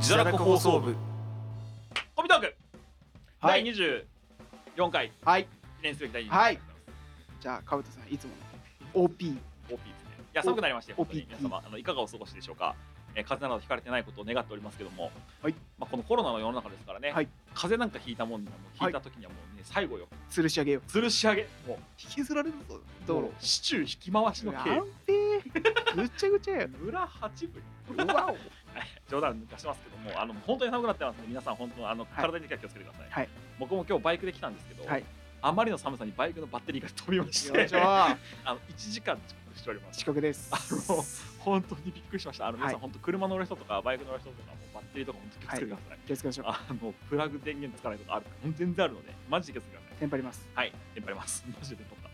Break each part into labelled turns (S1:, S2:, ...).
S1: 自堕落放送部
S2: コミトーク
S1: は
S2: 第
S1: い
S2: 24回
S1: はい
S2: 記念すべき第2
S1: はいじゃあかぶとさんいつもの OP
S2: OP ですねいや寒くなりましたよ
S1: お
S2: 本当に
S1: OP
S2: 皆様あのいかがお過ごしでしょうか、えー、風邪などひかれてないことを願っておりますけども、
S1: はい
S2: まあ、このコロナの世の中ですからね、
S1: はい
S2: 風邪なんかひいたもんにはもうひいた時にはもうね、最後よ
S1: 吊るし上げよう
S2: 吊るし上げもう
S1: 引きずられるぞ道路
S2: もうシチュー引き回しの
S1: 安
S2: 刑
S1: 定ぐっちゃぐちゃや
S2: 村八分
S1: うわ
S2: 冗談抜かしますけども、あの本当に寒くなってますので、皆さん、本当にあの体にだけは気をつけてください。
S1: はい
S2: 僕も今日バイクで来たんですけど、
S1: はい
S2: あまりの寒さにバイクのバッテリーが飛びまし
S1: およいしょ
S2: て、あの1時間遅刻しております
S1: 遅。刻です
S2: あの本当にびっくりしました。あの皆さん、
S1: はい
S2: 本当、車乗る人とか、バイク乗る人とか、もうバッテリーとか、本当、気をつけてください。
S1: 気をつけましょう
S2: あのプラグ電源つかないとかあるから全然あるので、マジで気をつけてください。
S1: テンパります
S2: はい、テンパります。マジでテンパった。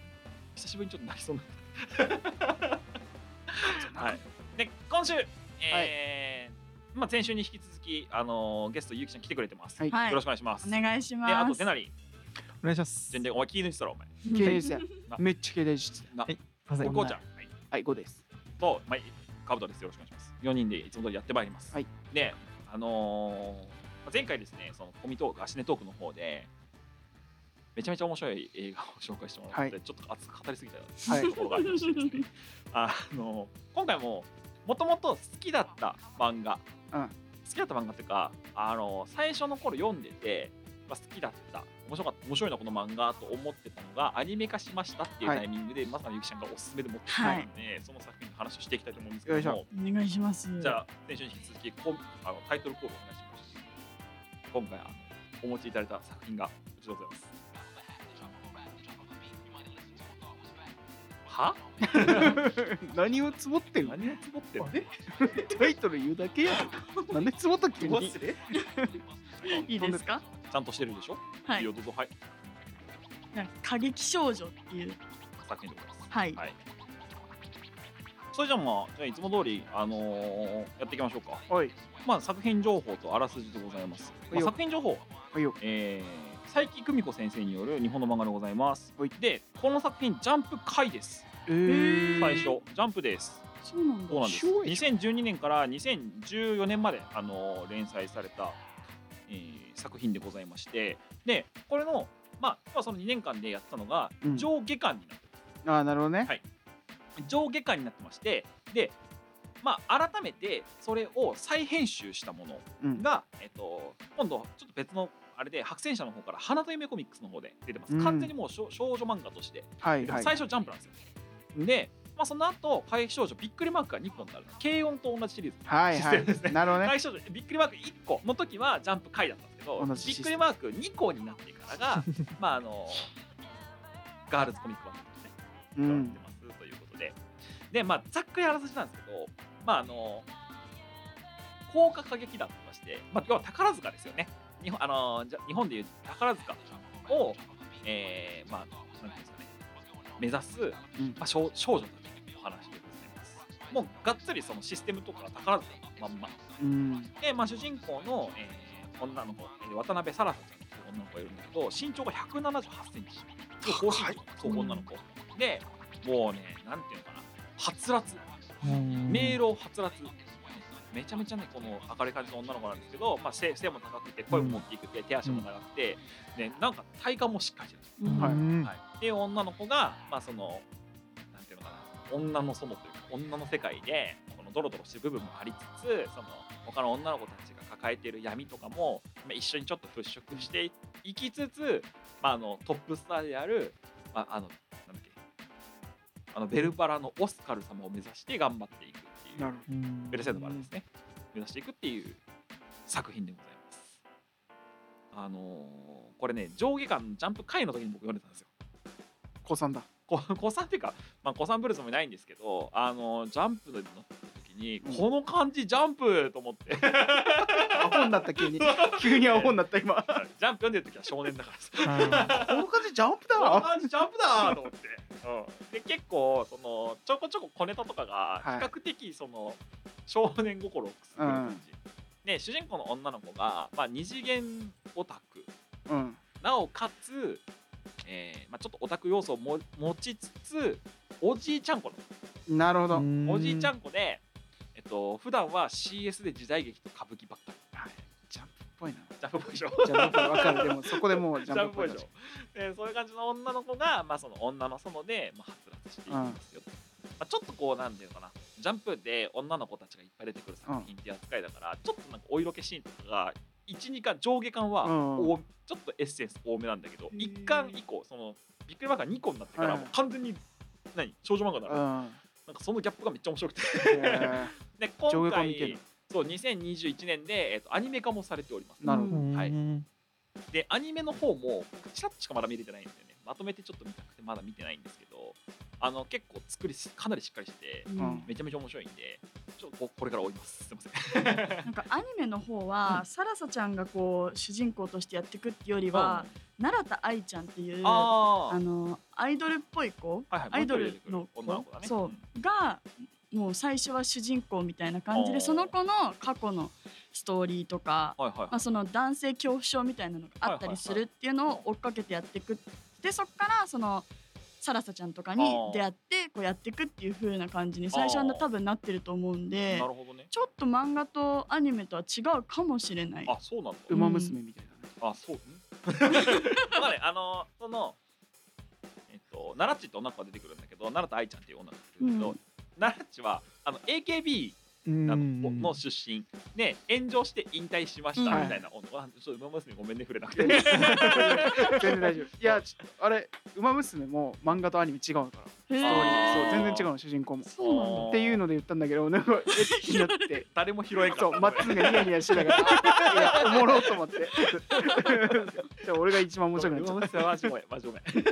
S2: 久しぶりにちょっと泣きそうになった。はい。で、今週、えーまあ先週に引き続き、あのーゲストゆうきちゃん来てくれてます。
S1: はい
S3: はい
S2: よろしくお願いします。
S3: お願いし
S2: で、あ
S3: ま
S2: と
S3: す
S2: セ。ナリ、
S4: お願いします。
S2: 全然お前気抜いてたろお前。
S1: 経営者
S2: な
S1: めっちゃ経営者
S4: まず
S2: お
S4: は
S2: こうちゃん、はい、
S1: はい5です
S2: とまあカブトです。よろしくお願いします。四人でいつも通りやってまいります。
S1: はい。
S2: で、あのーまあ前回ですね、そのコミトーク、アシネトークの方で。めちゃめちゃ面白い映画を紹介してもらって、
S1: は
S2: ちょっと熱く語りすぎた
S1: はい
S2: ところがありまして ですね、あの今回ももともと好きだった漫画、
S1: うん
S2: 好きだった漫画っていうかあの最初の頃読んでて、まあ、好きだった面白かった面白いなこの漫画と思ってたのがアニメ化しましたっていう
S1: はい
S2: タイミングで、まさかゆきちゃんがおすすめで持ってきたので、その作品の話をしていきたいと思うんですけど
S1: よい
S2: も
S3: お願いします。
S2: じゃあ先週に引き続きこんあのタイトルコールをお願いします今回あのお持ちいただいた作品がこちらでございますは
S1: 何を積もってるの
S2: 何をつぼってんの
S1: タイトル言うだけや ろなんで積もった急に
S2: れ
S3: いいですか。
S2: ちゃんとしてるでしょ、、
S3: はい
S2: い
S3: い
S2: よ。どうぞはい
S3: なんか過激少女っていう。
S2: 作品でございます
S3: はい。
S2: はいそれじゃあまあじゃあいつも通りあのーやっていきましょうか
S1: はい
S2: まあ作品情報とあらすじでございます、ま
S1: は
S2: あ、
S1: いよ
S2: 作品情報
S1: はいよ
S2: えー、佐伯久美子先生による日本の漫画でございます
S1: はい
S2: でこの作品ジャンプ回です
S1: えー
S2: 最初ジャンプです
S3: そうなんだ
S2: そうなんです
S1: 面白い
S2: 2012年から2014年まで、あの連載された、えー作品でございましてでこれのまあ要はその2年間でやってたのが
S1: うん
S2: 上下巻になって、
S1: ああなるほどね
S2: 上下巻になってましてでまあ改めてそれを再編集したもの
S1: うん
S2: が、えっと、今度ちょっと別のあれで白戦車の方から花と夢コミックスの方で出てます、
S1: うん
S2: 完全にもう少少女漫画として
S1: はいはい
S2: 最初ジャンプなんですよ。で、まあ、その後怪奇少女びっくりマークが2本になる軽音と同じシリーズ
S1: はいは
S2: システムですね
S1: いなるほどね
S2: 怪奇少女びっくりマーク1個の時はジャンプ回だったんですけど
S1: 同じシ
S2: び
S1: ステ
S2: っ
S1: ム
S2: くりマーク2個になってからが まああのガールズコミック版ですね
S1: う
S2: 変わっ
S1: ん
S2: てますということででまあざっくりあらすじなんですけどまああの高架歌劇団とかして、まあ、要は宝塚ですよね日本あのじゃ日本でいう宝塚を、えーまあなんていうんですかね目指す、
S1: うん
S2: まあ、少少女たちのお話でございますもうがっつりそのシステムとか宝塚のまんま
S1: うん
S2: で、まあ、主人公の、えー女の子、えー渡辺沙羅さんっていう女の子がいるんだけど身長が1 7 8センチ超高身長そう女の子でもうねなんていうのかなはつらつメールをはつらつめちゃめちゃねこの明るい感じの女の子なんですけど、まあ、背背も高くて声も大きくて手足も長くて、ね、なんか体幹もしっかりしてる
S3: うん
S1: はい
S4: は
S2: はい、っていう女の子が、まあ、そのなんていうのかな女の園というか女の世界でこのドロドロしてる部分もありつつその他の女の子たちが抱えている闇とかもまあ一緒にちょっと払拭していきつつ、まあ、あのトップスターである、まあ、あのなんだっけあのベルバラのオスカル様を目指して頑張っていくっていう
S1: なる
S4: い。。
S2: ベルセドバラですすね目指していくっていう作品でございます。あのーこれね上下巻のジャンプ回の時に僕読んでたんですよ。
S1: ほど高んだ
S2: こ 子さんっていうか、まあ、子さんブルースもいないんですけどあのジャンプの時に
S1: うん
S2: この感じジャンプと思っ て、
S1: アホになった急に 急にアホになった今こ
S2: ジャンプ読んでる時は少年だからさ
S4: は
S1: の感じジャンプだ
S2: この
S1: わ
S2: 感じジャンプだと思って、うん、で結構そのちょこちょこ小ネタとかが
S1: はい
S2: 比較的その、少年心をくすぐる感じ、で主人公の女の子が、まあ、二次元オタク
S1: うん
S2: なおかつ、えーまあ、ちょっとオタク要素をも持ちつつおじいちゃん子の
S1: なるほど
S4: い
S2: おじいちゃん子で、えっと普段は CS で時代劇と歌舞伎ばっかり
S1: ぽいな。
S2: ジャンプっぽいでしょ
S1: ジャンプわかる。でもそこでもうジ
S2: ジ
S1: ャ
S2: ャ
S1: ン
S2: ン
S1: プっぽいな
S2: プっぽいでしょ、えーそういう感じの女の子が、まあ、その女の園で、まあ、はつらつしていきますよと、まあ、ちょっとこうなんていうのかなジャンプで女の子たちがいっぱい出てくる作品っていう扱いだから、ちょっとなんかお色気シーンとかが12巻上下巻は、
S1: うん
S2: おちょっとエッセンス多めなんだけど
S3: へー
S2: 1巻以降そのビックリマーカー2個になってから、
S1: はい
S2: もう完全に何少女漫画だ、
S1: うん。
S2: なんかそのギャップがめっちゃ面白くて
S1: え
S2: で
S1: ー上
S2: 今
S1: 下巻見てん
S2: 回そう2021年で、えっとアニメ化もされております
S1: の。なるほど。
S3: うん
S2: はい
S4: うん
S2: でアニメの方も僕ちらっとしかまだ見れてないんですよねまとめてちょっと見たくてまだ見てないんですけどあの結構作りしかなりしっかりしてて
S1: ん
S2: めちゃめちゃ面白いんでちょっとここれから追いますすいません
S3: なんかアニメの方は、サラサちゃんがこう主人公としてやっていくっていうよりは、奈良田愛ちゃんっていうあ
S2: あー
S3: のアイドルっぽい子
S2: はいはい
S3: アイドルの
S2: 女の子だね
S3: そうがもう最初は主人公みたいな感じ
S2: お
S3: で
S2: ー
S3: その子の過去のストーリーとか、
S2: はいはいはい
S3: まあ、その男性恐怖症みたいなのがあったりするっていうのを追っかけてやっていくでそっからそのサラサちゃんとかに出会ってこうやっていくっていう風な感じに最初は
S2: あー
S3: 多分なってると思うんで
S2: なるほどね
S3: ちょっと漫画とアニメとは違うかもしれない。
S2: あそうなんだ
S3: ん
S1: 馬娘みたいなね。
S2: あそうね まあねあのそのえっと奈良地って女の子が出てくるんだけど奈良と愛ちゃんっていう女の子が出てくるんだけど、
S3: うん
S2: 奈良地はあの AKB あのの出身で炎上して引退しましたみたいな、女の子ちょっと馬娘ごめんね触れなくて
S1: 全然大丈夫。いや、ちょっとあれ、馬娘も漫画とアニメ違うから。
S3: へ
S1: ストーリ
S3: ー
S1: ー
S2: あー
S1: そう全然違うの主人公も。
S3: そうなんだ
S2: あー
S1: っていうので言ったんだけどなんかえって気になって
S2: 誰も拾えんかった
S1: そうマッツンがニヤニヤしてたからいやおもろうと思ってじゃあ俺が一番面白くなっちゃっ
S2: 馬娘はマジごめんマジごめんその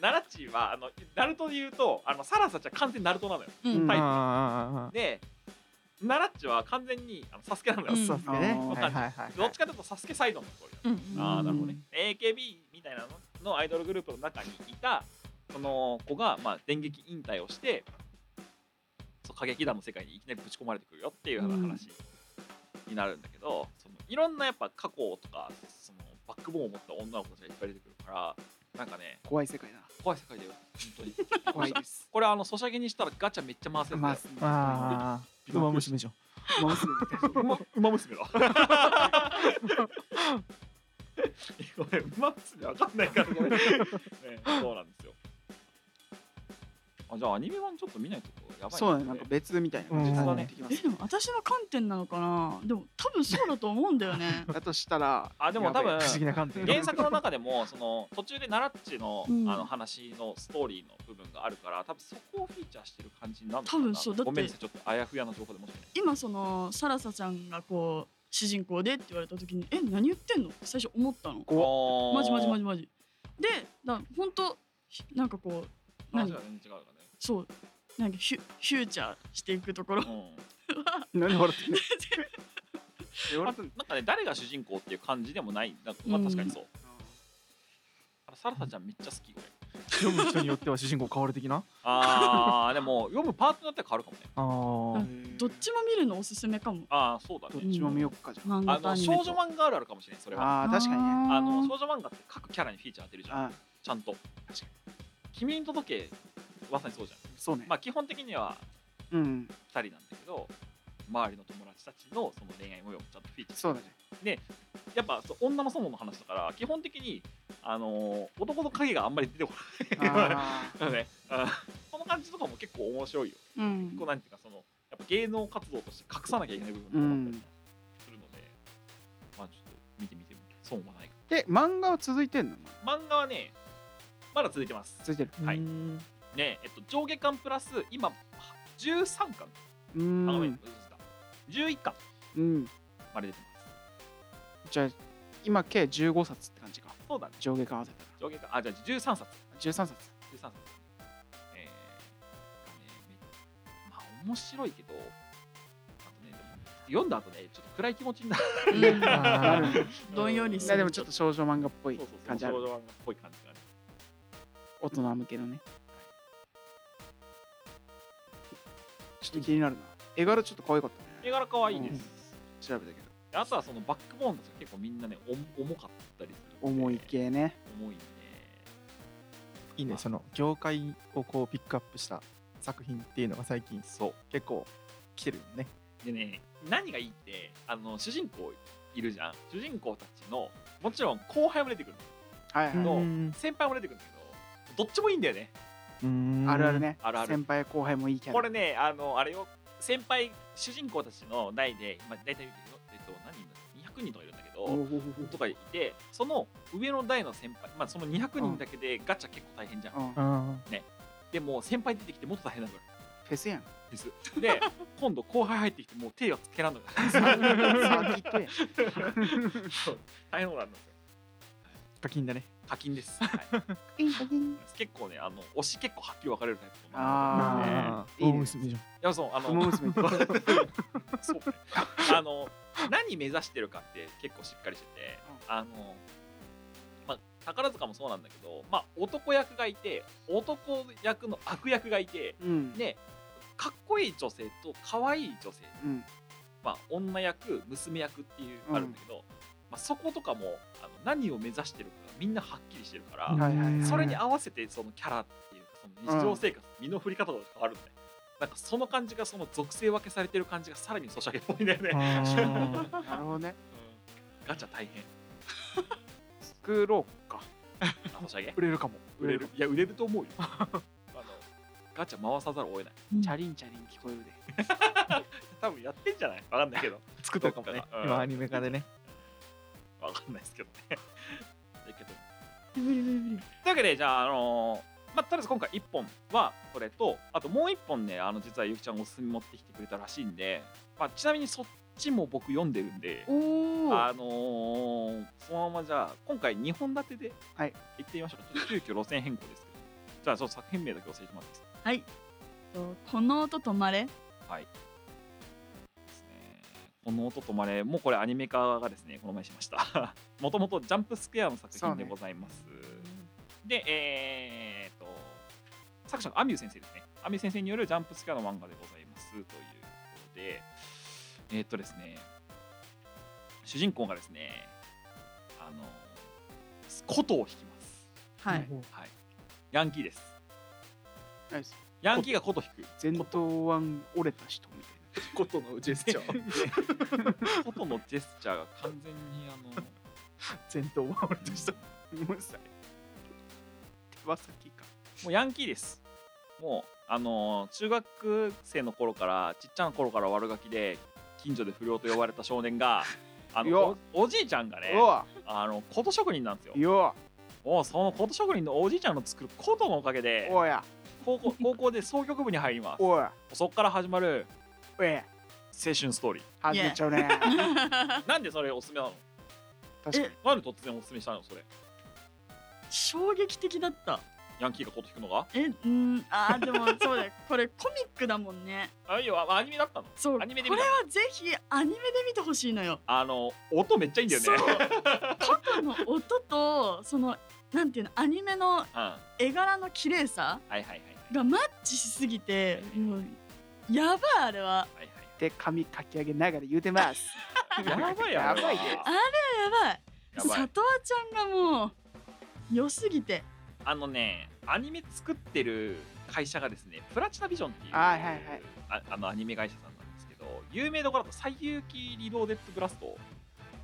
S2: 奈良地 はあのナルトで言うとあのサラサちゃん完全にナルトなのよ
S3: うん
S1: うん
S2: タイプ
S4: あー
S2: で奈良地は完全にあのサスケなのよ、
S3: うん
S4: そうですね。
S1: あー
S4: はいはいはい。
S2: どっちかというとサスケサイドのストーリーなの
S3: うんう
S2: あ
S3: ん
S2: ーなるほ
S1: どね
S2: AKB みたいなののアイドルグループの中にいたその子が、まあ、電撃引退をしてそう過激団の世界にいきなりぶち込まれてくるよっていうような
S3: うん
S2: 話になるんだけど、そのいろんなやっぱ過去とかそのバックボーンを持った女の子たちがいっぱい出てくるからなんかね
S1: た怖い世界だ
S2: 怖い世界だよ本当に
S1: 怖いです
S2: これあのソシャゲにしたらガチャめっちゃ回せるんだ
S1: ま
S2: よ
S1: あ
S4: ああ、馬娘じゃん。
S1: 馬娘みたいな
S2: 馬馬娘だごめん馬娘わかんないから ごめん、ね、そうなんですよあじゃあアニメ版ちょっと見ないとこやばい
S1: そうだねなんか別みたいな感じに
S4: うん
S1: なってきま
S3: え
S1: す
S3: でも私の観点なのかなでも多分そうだと思うんだよね
S1: だとしたら
S2: あでも多分
S1: やば
S4: 不思議な観点。
S2: 原作の中でもその途中で奈良っちの,、
S3: うん
S2: あの話のストーリーの部分があるから多分そこをフィーチャーしてる感じになるのかな
S3: 多分そうだって
S2: ごめんなさいちょっとあやふやな情報で申し訳ない
S3: 今そのサラサちゃんがこう主人公でって言われた時にえ何言ってんのって最初思ったの
S1: こ
S2: お
S3: マジマジマジマジでだ本当なんかこう
S2: 話が全然違うか
S3: そうなんかフュフューチャーしていくところ
S2: らね、うん
S1: う何笑ってんの
S2: あ
S1: 笑
S2: な
S1: ってん
S2: ん
S1: の
S2: かね誰が主人公っていう感じでもないなんか、まあ、
S3: うん
S2: 確かにそう、あサラサちゃんめっちゃ好き俺
S4: 読む人によっては主人公変わる的な。
S2: あーでも読むパートによっては変わるかもね
S4: ああ。
S3: どっちも見るのおすすめかも
S2: ああそうだ
S1: ど
S2: ね
S1: っちも見よっかじゃん
S3: 漫
S2: あ
S3: 画とア
S2: の
S3: ニ
S2: 少
S3: メ
S2: 女漫画あるあるかもしれないそれは
S1: あー確かにね
S2: あの
S3: ね
S2: 少女漫画って各キャラにフィーチャー当てるじゃん
S1: あ
S2: ちゃんと君に届けまさにそうじゃ
S1: そうね
S2: んまあ基本的には
S1: うん
S2: 2人なんだけど周りの友達たちのその恋愛模様もちゃんとフィーチャー
S1: そうだね
S2: やっぱそう女の園の話だから基本的にあのー男の影があんまり出てこない
S1: あ
S2: だねうんその感じとかも結構面白いよ
S3: うん
S2: 結構なんていうかそのやっぱ芸能活動として隠さなきゃいけない部
S1: ーう
S2: 分もあったり
S1: ん
S2: するので、まあちょっと見てみても損はないか
S1: で漫画は続いてんの
S2: 漫画はねまだ続いてます
S1: 続いてる
S2: はい
S4: うん。
S2: ねえっと上下巻プラス今は13巻
S1: うー
S2: あごめん
S1: ん
S2: 嘘ついた11巻
S1: うん
S2: まで出てます
S1: じゃあ今計15冊って感じか
S2: そうだね
S1: 上下巻合わせたら
S2: 上下巻あじゃあ13冊
S1: 13冊
S2: 13冊えーがねめまあ面白いけどあとねでも読んだ後ねちょっと暗い気持ちになる
S3: うん
S1: な
S4: あ
S1: る
S4: ー
S1: ね
S3: どんより
S1: い
S3: す
S1: や
S3: る
S1: でもちょっと少女漫画っぽ
S2: そう
S1: い
S2: そうそ
S1: 感
S2: う
S1: じ
S2: 少
S1: あ
S2: 女
S1: る
S2: 漫画っぽい感じがある
S1: 大人向けのねちょっと気になるな絵柄ちょっと可愛かった
S2: 絵
S1: ね
S2: 柄可愛いです、
S1: うん調べたけど
S2: あとはそのバックボーンたちが結構みんなねお重かったりするんで
S1: 重い系ね
S2: 重いね
S4: いいね、その業界をこうピックアップした作品っていうのが最近
S2: そ
S4: 結構来てるよね。
S2: うでね何がいいってあの主人公いるじゃん主人公たちのもちろん後輩も出てくる
S1: はいはい、
S2: ん
S4: う
S2: 先輩も出てくるんだけどどっちもいいんだよね
S4: ん
S1: あるある。ね
S2: あるある
S1: 先輩後輩もいいキャラ
S2: これねあのあれよ先輩主人公たちの代で今大体、えっと、何人いるの200人とかいるんだけど、
S1: おお
S2: とかいてその上の代の先輩、まあ、その200人だけでガチャ結構大変じゃん、
S1: うんフ
S4: うん
S2: でもう先輩出てきてもっと大変なのよ
S1: ェスや ん
S2: ですで今度後輩入ってきてもう手がつけらんのよ
S1: サーキットやん
S2: そう大変なことなんですよ
S4: 課金だね。
S2: 課金です、はい
S1: ピンポキン
S2: 結構ねあの推し結構はっきり分かれるタイプの
S1: あー
S4: いい
S1: いいね
S4: 娘じゃん。
S2: いやそうあ
S1: ウマ
S2: の
S1: 娘みたいな
S2: そうねあの何目指してるかって結構しっかりしてて、あの、まあ、宝塚もそうなんだけど、まあ、男役がいて男役の悪役がいて
S1: うん
S2: でかっこいい女性と可愛い女性、
S1: うん
S2: まあ、女役娘役っていうあるんだけど、まあ、そことかもあの何を目指してるかがみんなはっきりしてるから、
S1: んはいはいはい
S2: それに合わせてそのキャラっていうその日常生活、身の振り方とか変わるんでなんかその感じがその属性分けされてる感じがさらにソシャゲっぽいんだよね、
S4: あー
S1: なるほどね
S2: ガチャ大変
S1: 作ろうか
S2: あソシャゲ
S4: 売れるかも。
S2: 売れるいや売れると思うよあのガチャ回さざるを得ない
S1: チャリンチャリン聞こえるで
S2: 多分やってんじゃないわかんないけど
S4: 作ってるかもね
S2: どっか。がうん
S4: 今アニメ化でね。
S2: わかんないですけどね だけど
S3: ブリブリブリ
S2: というわけでじゃあ、あのーまあ、とりあえず今回1本はこれとあともう1本ねあの実はゆきちゃんおすすめ持ってきてくれたらしいんで、まあ、ちなみにそっちも僕読んでるんで
S3: おー
S2: あのーそのままじゃあ今回2本立てで
S1: は
S2: 行
S1: い
S2: ってみましょうか、ちょっと急遽路線変更ですけど じゃあその作品名だけ教えてもらっていいですか
S3: はいとこの音止まれ
S2: はいですねこの音止まれもうこれアニメ化がですねこの前しました もともとジャンプスクエアの作品でございます、で、えーっと、作者がアミュー先生ですね。アミュー先生によるジャンプスキャの漫画でございますということで、えーっとですね、主人公がですね、あの、琴を弾きます。
S3: はい。
S2: はい。ヤンキーです。
S1: ナイス
S2: ヤンキーが琴を弾く。
S1: 前頭腕折れた人みたいな
S4: ことのジェスチャ ー。
S2: 琴のジェスチャーが完全にあの、
S4: 前頭は 俺とした。
S1: ごめんなさい手羽先か
S2: もうヤンキーです。もう、あのー中学生の頃から、ちっちゃな頃から悪ガキで、近所で不良と呼ばれた少年が、あ
S1: うわ
S2: のおおじいちゃんがね、
S1: よ
S2: あの琴職人なんですよ
S1: う。よ
S2: もうその琴職人のおじいちゃんの作る琴のおかげ
S1: う
S2: で、
S1: おや
S2: 高校高校で総曲部に入ります。
S1: おや
S2: そこから始まる
S1: おや
S2: 青春ストーリー。
S1: 始めちゃうね
S2: なんでそれおすすめなの
S1: 確かに
S2: なんで突然おすすめしたのそれ。
S3: 衝撃的だった。
S2: ヤンキーが琴弾くのが
S3: え、うん、あーでもそうだよ。これコミックだもんね。
S2: あ、いいよ、あアニメだったの
S3: そ う。
S2: アニメで
S3: こ
S2: 見
S3: れ
S2: た
S3: はぜひアニメで見てほしいのよ。
S2: あの、音めっちゃいいんだよね。
S3: そう。琴の音とそのなんていうのアニメの
S2: うん。は
S3: 絵柄の綺麗さ
S2: いはいはいはい。
S3: がマッチしすぎてもうやばいあれは。
S2: はいはい
S1: で髪かき上げながら言うてます
S2: やばいや
S1: やばいよ
S3: やば
S2: や
S3: い。
S2: ば
S3: 里
S2: い
S3: 和ちゃんがもう良すぎて。
S2: あのねアニメ作ってる会社がですねプラチナビジョンっていう
S1: はいはいはい
S2: ああのアニメ会社さんなんですけど有名どころだと「最勇気リローデッドブラスト」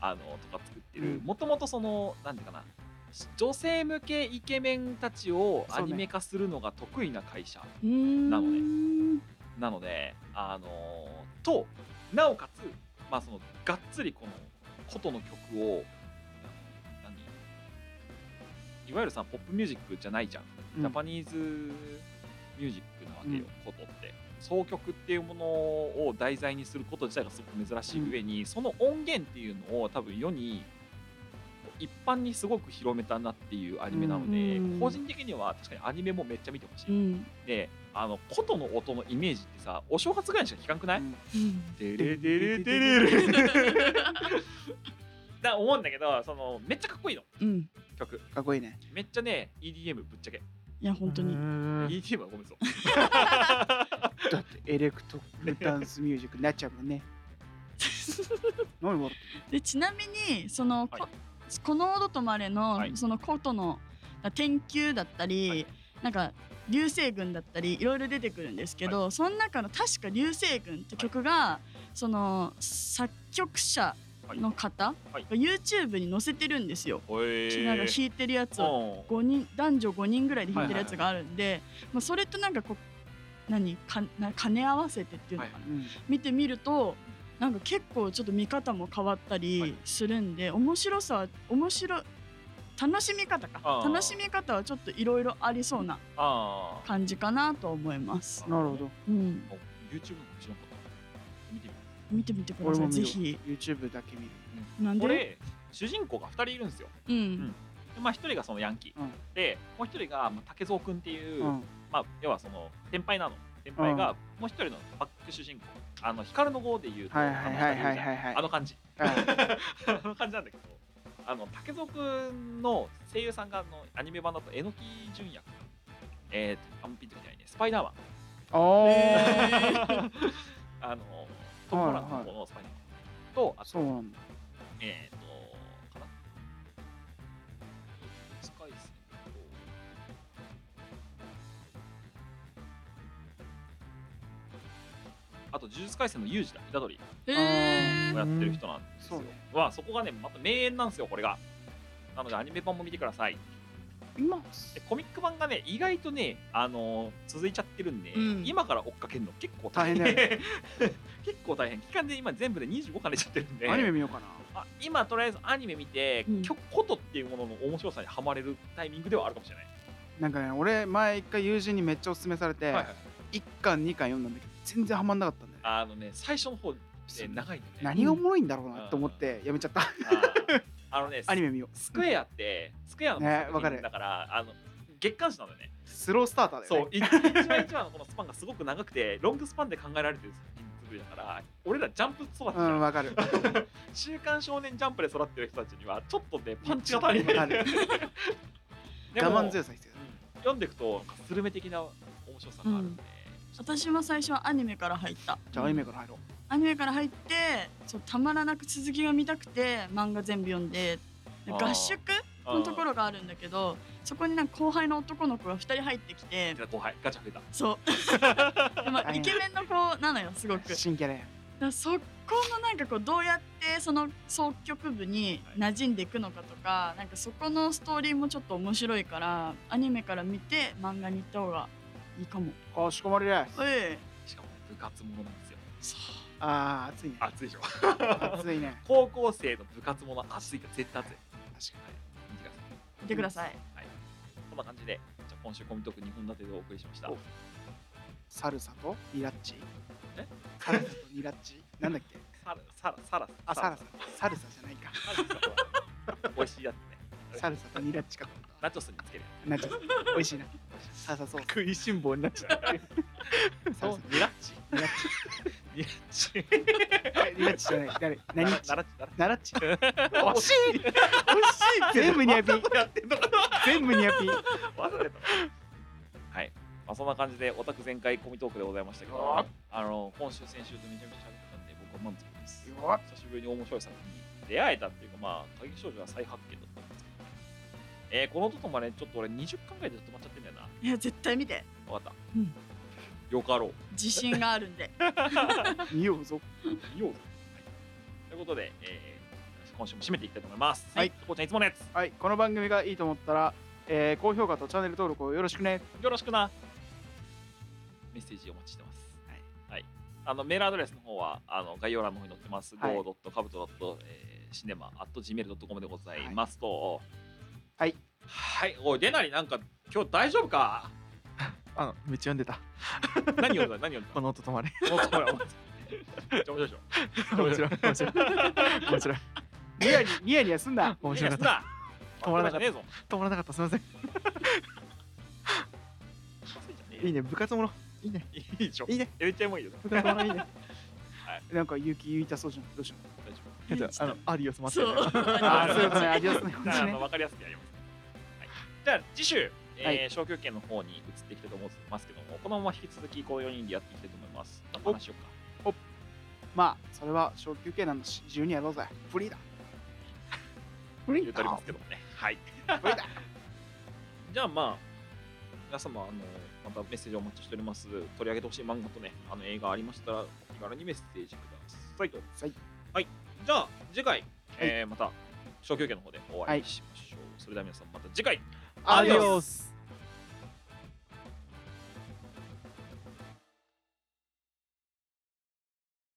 S2: あのとか作って
S1: う
S2: る
S1: ん
S2: もともとその何ていうかな女性向けイケメンたちをアニメ化するのが得意な会社
S3: うーん。
S2: なのなので、あのとなおかつ、まあ、そのがっつりこの琴の曲を何いわゆるさポップミュージックじゃないじゃ
S1: う
S2: ん、
S1: ん
S2: ジャパニーズミュージックなわけよ、琴って総曲っていうものを題材にすること自体がすごく珍しい上に、その音源っていうのを多分世に一般にすごく広めたなっていうアニメなので、
S3: うん
S2: 個人的には確かにアニメもめっちゃ見てほしい。
S3: うん。
S2: であの琴の音のイメージってさお正月ぐらいにしか聞かんくない、
S1: うん
S3: うん。
S2: デレデレデレレだ思うんだけどそのめっちゃかっこいいの
S3: うん。
S2: 曲
S1: かっこいいね
S2: めっちゃね EDM ぶっちゃけ、
S3: いや本当に。
S4: に。
S2: EDM はごめんぞ
S1: だってエレクトロダンスミュージックになっちゃうもん ね何笑っ
S3: でちなみにその、
S2: はい
S3: ここの「オドとまれの」
S2: はい
S3: そのコートの天球だったり、
S2: はい
S3: なんか流星群だったりいろいろ出てくるんですけど、その中の確か「流星群」って曲が、その作曲者
S2: はい
S3: の方
S2: はい
S3: が YouTube に載せてるんですよ。
S2: ほえー、
S3: なんか弾いてるやつを
S2: うん
S3: 五人男女5人ぐらいで弾いてるやつがあるんで、まあ、それとなんかこう何かな兼ね合わせてっていうのかな、
S2: は
S1: うん
S3: 見てみるとなんか結構ちょっと見方も変わった
S2: はい
S3: りするんで、面白さは面白楽しみ方
S2: あ
S3: か
S2: ー
S3: 楽しみ方はちょっといろいろありそうな
S2: ああ
S3: 感じかなと思います。
S1: なるほど。
S3: うん、
S2: お YouTube の知らなかった見てみる
S3: 見てみてくだ
S1: 俺
S3: さ
S1: も
S3: い
S1: 見る
S3: ぜひ。
S1: YouTube だけ見る。
S3: なん
S2: こ
S3: で、
S2: れ主人公が2人いるんですよ
S3: うん
S2: んでまあ、1人がそのヤンキー、
S1: うん
S2: でもう1人がまあ竹蔵君っていう、
S1: うん。
S2: まあ、要はその先輩なの先輩がもう1人のバック主人公あの光の号でいうと
S1: はいはいはいはいはいはい。
S2: あの感じ
S1: はい
S2: あの感じなん だけどあの竹蔵君の声優さんがあのアニメ版だと榎木純也君えー、とあんまピンときてないねスパイダーマン
S1: おー。
S3: えー
S2: あのトム・ホランドの方のスパイダーマンとあ
S1: そ
S2: と
S1: うなんだ。
S2: えっ、と、かなスカイスと、あと、呪術廻戦のユージだ、虎取
S3: え
S2: を
S3: ー
S2: やってる人なんですよ
S1: うんそうね。
S2: は、そこがね、また名演なんですよ、これが。なので、アニメ版も見てください。
S1: 今、
S2: で、コミック版がね、意外とね、あのー続いちゃってるんで、
S3: うん
S2: 今から追っかけるの結構
S1: 大
S2: 大
S1: 変
S2: 変。
S1: だよ
S2: 結構大変。期間で今全部で25巻出ちゃってるんで。
S1: アニメ見ようか
S2: あ今とりあえずアニメ見て、
S3: うん
S2: きょことっていうものの面白さにはまれるタイミングではあるかもしれない。
S1: な。なんかね、俺、前一回友人にめっちゃおすすめされて、一巻、二巻読んだんだけど、全然ハマんなかったんだよね。
S2: あのね最初の方で長いんでね。
S1: 何がおもろいんだろうなと思って、やめちゃった。
S2: あーあのね
S1: アニメ見よう。
S2: スクエアってスクエアの
S1: ね
S2: 作
S1: わか
S2: 品
S1: る
S2: だから、あの月刊誌なのよね。
S1: スロースターターだ
S2: そ
S1: よ
S2: う
S1: ね。
S2: 一一話一話のこのスパンがすごく長 くてロングスパンで考えられてる作りだから俺らジャンプ育ちじゃ
S1: う。ん、
S2: ん
S1: わかる。
S2: 「週刊少年ジャンプ」で育ってる人たちにはちょっとねパンチが足りな
S1: わか
S2: い。
S1: る
S2: でも
S1: 我慢強さ必要だ。
S2: 読んでいくとスルメ的な面白さがあるんで、
S3: 私も最初はアニメから入った
S1: じゃあ、アニメから入ろう。
S3: アニメから入ってそうたまらなく続きが見たくて漫画全部読んで
S2: あー
S3: 合宿のところがあるんだけどそこになんか後輩の男の子が2人入ってきて
S2: 後輩ガチャ増えた
S3: そうでもイケメンの子なのよすごくだか
S1: 新キャラや。
S3: らそこのなんかこうどうやってその総局部に馴染んでいくのかとかなんかそこのストーリーもちょっと面白いからアニメから見て漫画に行った方がいいかも
S1: かしこまりです。
S3: ええ
S2: しかもね部活ものなんですよ
S1: ああ、暑いね。
S2: 熱いでしょ
S1: 暑いね。
S2: 高校生の部活もの熱いから絶対熱い
S1: 確か
S2: はい見てください
S3: 見てください
S2: こんな感じでじゃあ今週コミトーク2本立てでお送りしました
S1: おサルサとニラッチ。
S2: え
S1: サルサとニラッチ。なんだっけ
S2: サラサラサラ
S1: あ、サラサ。サルサじゃないか。
S2: サラサ美味しいやつね
S1: サルサとニラッチかと思った。
S2: ナチョスに つける
S1: なんちゃ美味しいな。サルサソー
S4: 食いしん坊になっちゃ った。
S1: ス。サルサ。
S2: ニラッチ
S1: ニラッ
S2: ニラッチ
S1: チ。ニラッチじゃない。誰何っち
S2: ナラッチナラッ
S1: ナラッチ。
S2: チ
S1: 惜しい惜しい全部ニアピン。
S2: やってんのかな
S1: 全部ニアピン。
S2: 忘れたはい、まあ、そんな感じでオタク全開コミトークでございましたけど
S1: あ
S2: あの今週先週とめちゃめちゃ喋ってたんで僕は満足です
S1: よっ
S2: 久しぶりに面白い作品に出会えたっていうかまあ鍵少女は再発見だったんですけど、ねえーこのととまでちょっと俺20巻ぐらいで止まっちゃってんだよない
S3: や絶対見て
S2: 分かった、
S3: うん
S2: よかろう
S3: 自信がある んで
S1: 見ようぞ。
S2: 見ようぞ、はいということで、えー今週も締めていきたいと思います
S1: はい
S2: こうちゃんいつものやつ
S1: はい、この番組がいいと思ったら、えー高評価とチャンネル登録をよろしくね。
S2: よろしくなメッセージお待ちしてますはい、あのメールアドレスの方はあの概要欄の方に載ってます、
S1: はい
S2: go.cabuto.cinema.gmail.com でございますと
S1: はい
S2: はいおいでなりなんか今日大丈夫か
S4: あの、めっちゃ読んでた。
S2: 何読んだ何 読んだ
S4: この音 止まれ。
S2: もうこれもうめっちゃ面白いでしょ
S4: 面白い。面白い。面白い。
S1: ニヤ にニヤニヤすんな。
S4: 面白か
S2: い
S4: っ
S2: や
S4: た。
S2: さ
S4: 止まらなかった
S2: ねえぞ
S4: 止まらなかった。すみません。いいね。部活もの。いいね。
S2: いいでしょ
S4: いいね。
S2: めっちゃもういいよ
S4: 部活ものいいね。
S1: なんか勇気言いたそうじゃん。どうしよう。
S2: 大丈夫
S4: えっとあの、アディオス待
S3: そ
S4: っ
S3: う
S4: てる。
S1: ああ、そういうことね。ありがとうござい
S2: じ
S1: ま
S2: ゃあ
S1: す
S2: あ
S1: ね
S2: の。分かりやすくやります、はい、じゃあ次週、えー
S1: はい
S2: 小休憩の方に移っていきたいと思いますけどもこのまま引き続きこの4人でやっていきたいと思います何の話しようか
S1: まあ、それは小休憩なんだし、自由にやろうぜ。フリーだ。フリ
S2: 言う
S1: ー
S2: とありま
S1: だ
S2: す。けどもね はい
S1: フリーだ。
S2: じゃあまあ皆様あのまたメッセージお待ちしております取り上げてほしい漫画とねあの映画ありましたらお気軽にメッセージくださいと
S1: はい
S2: じゃあ次回、えーまた小休憩の方でお会いしましょう、それでは皆さんまた次回ア
S1: ア
S2: デ
S1: デ
S2: ィ
S1: ィ
S2: オ
S1: オ
S2: ス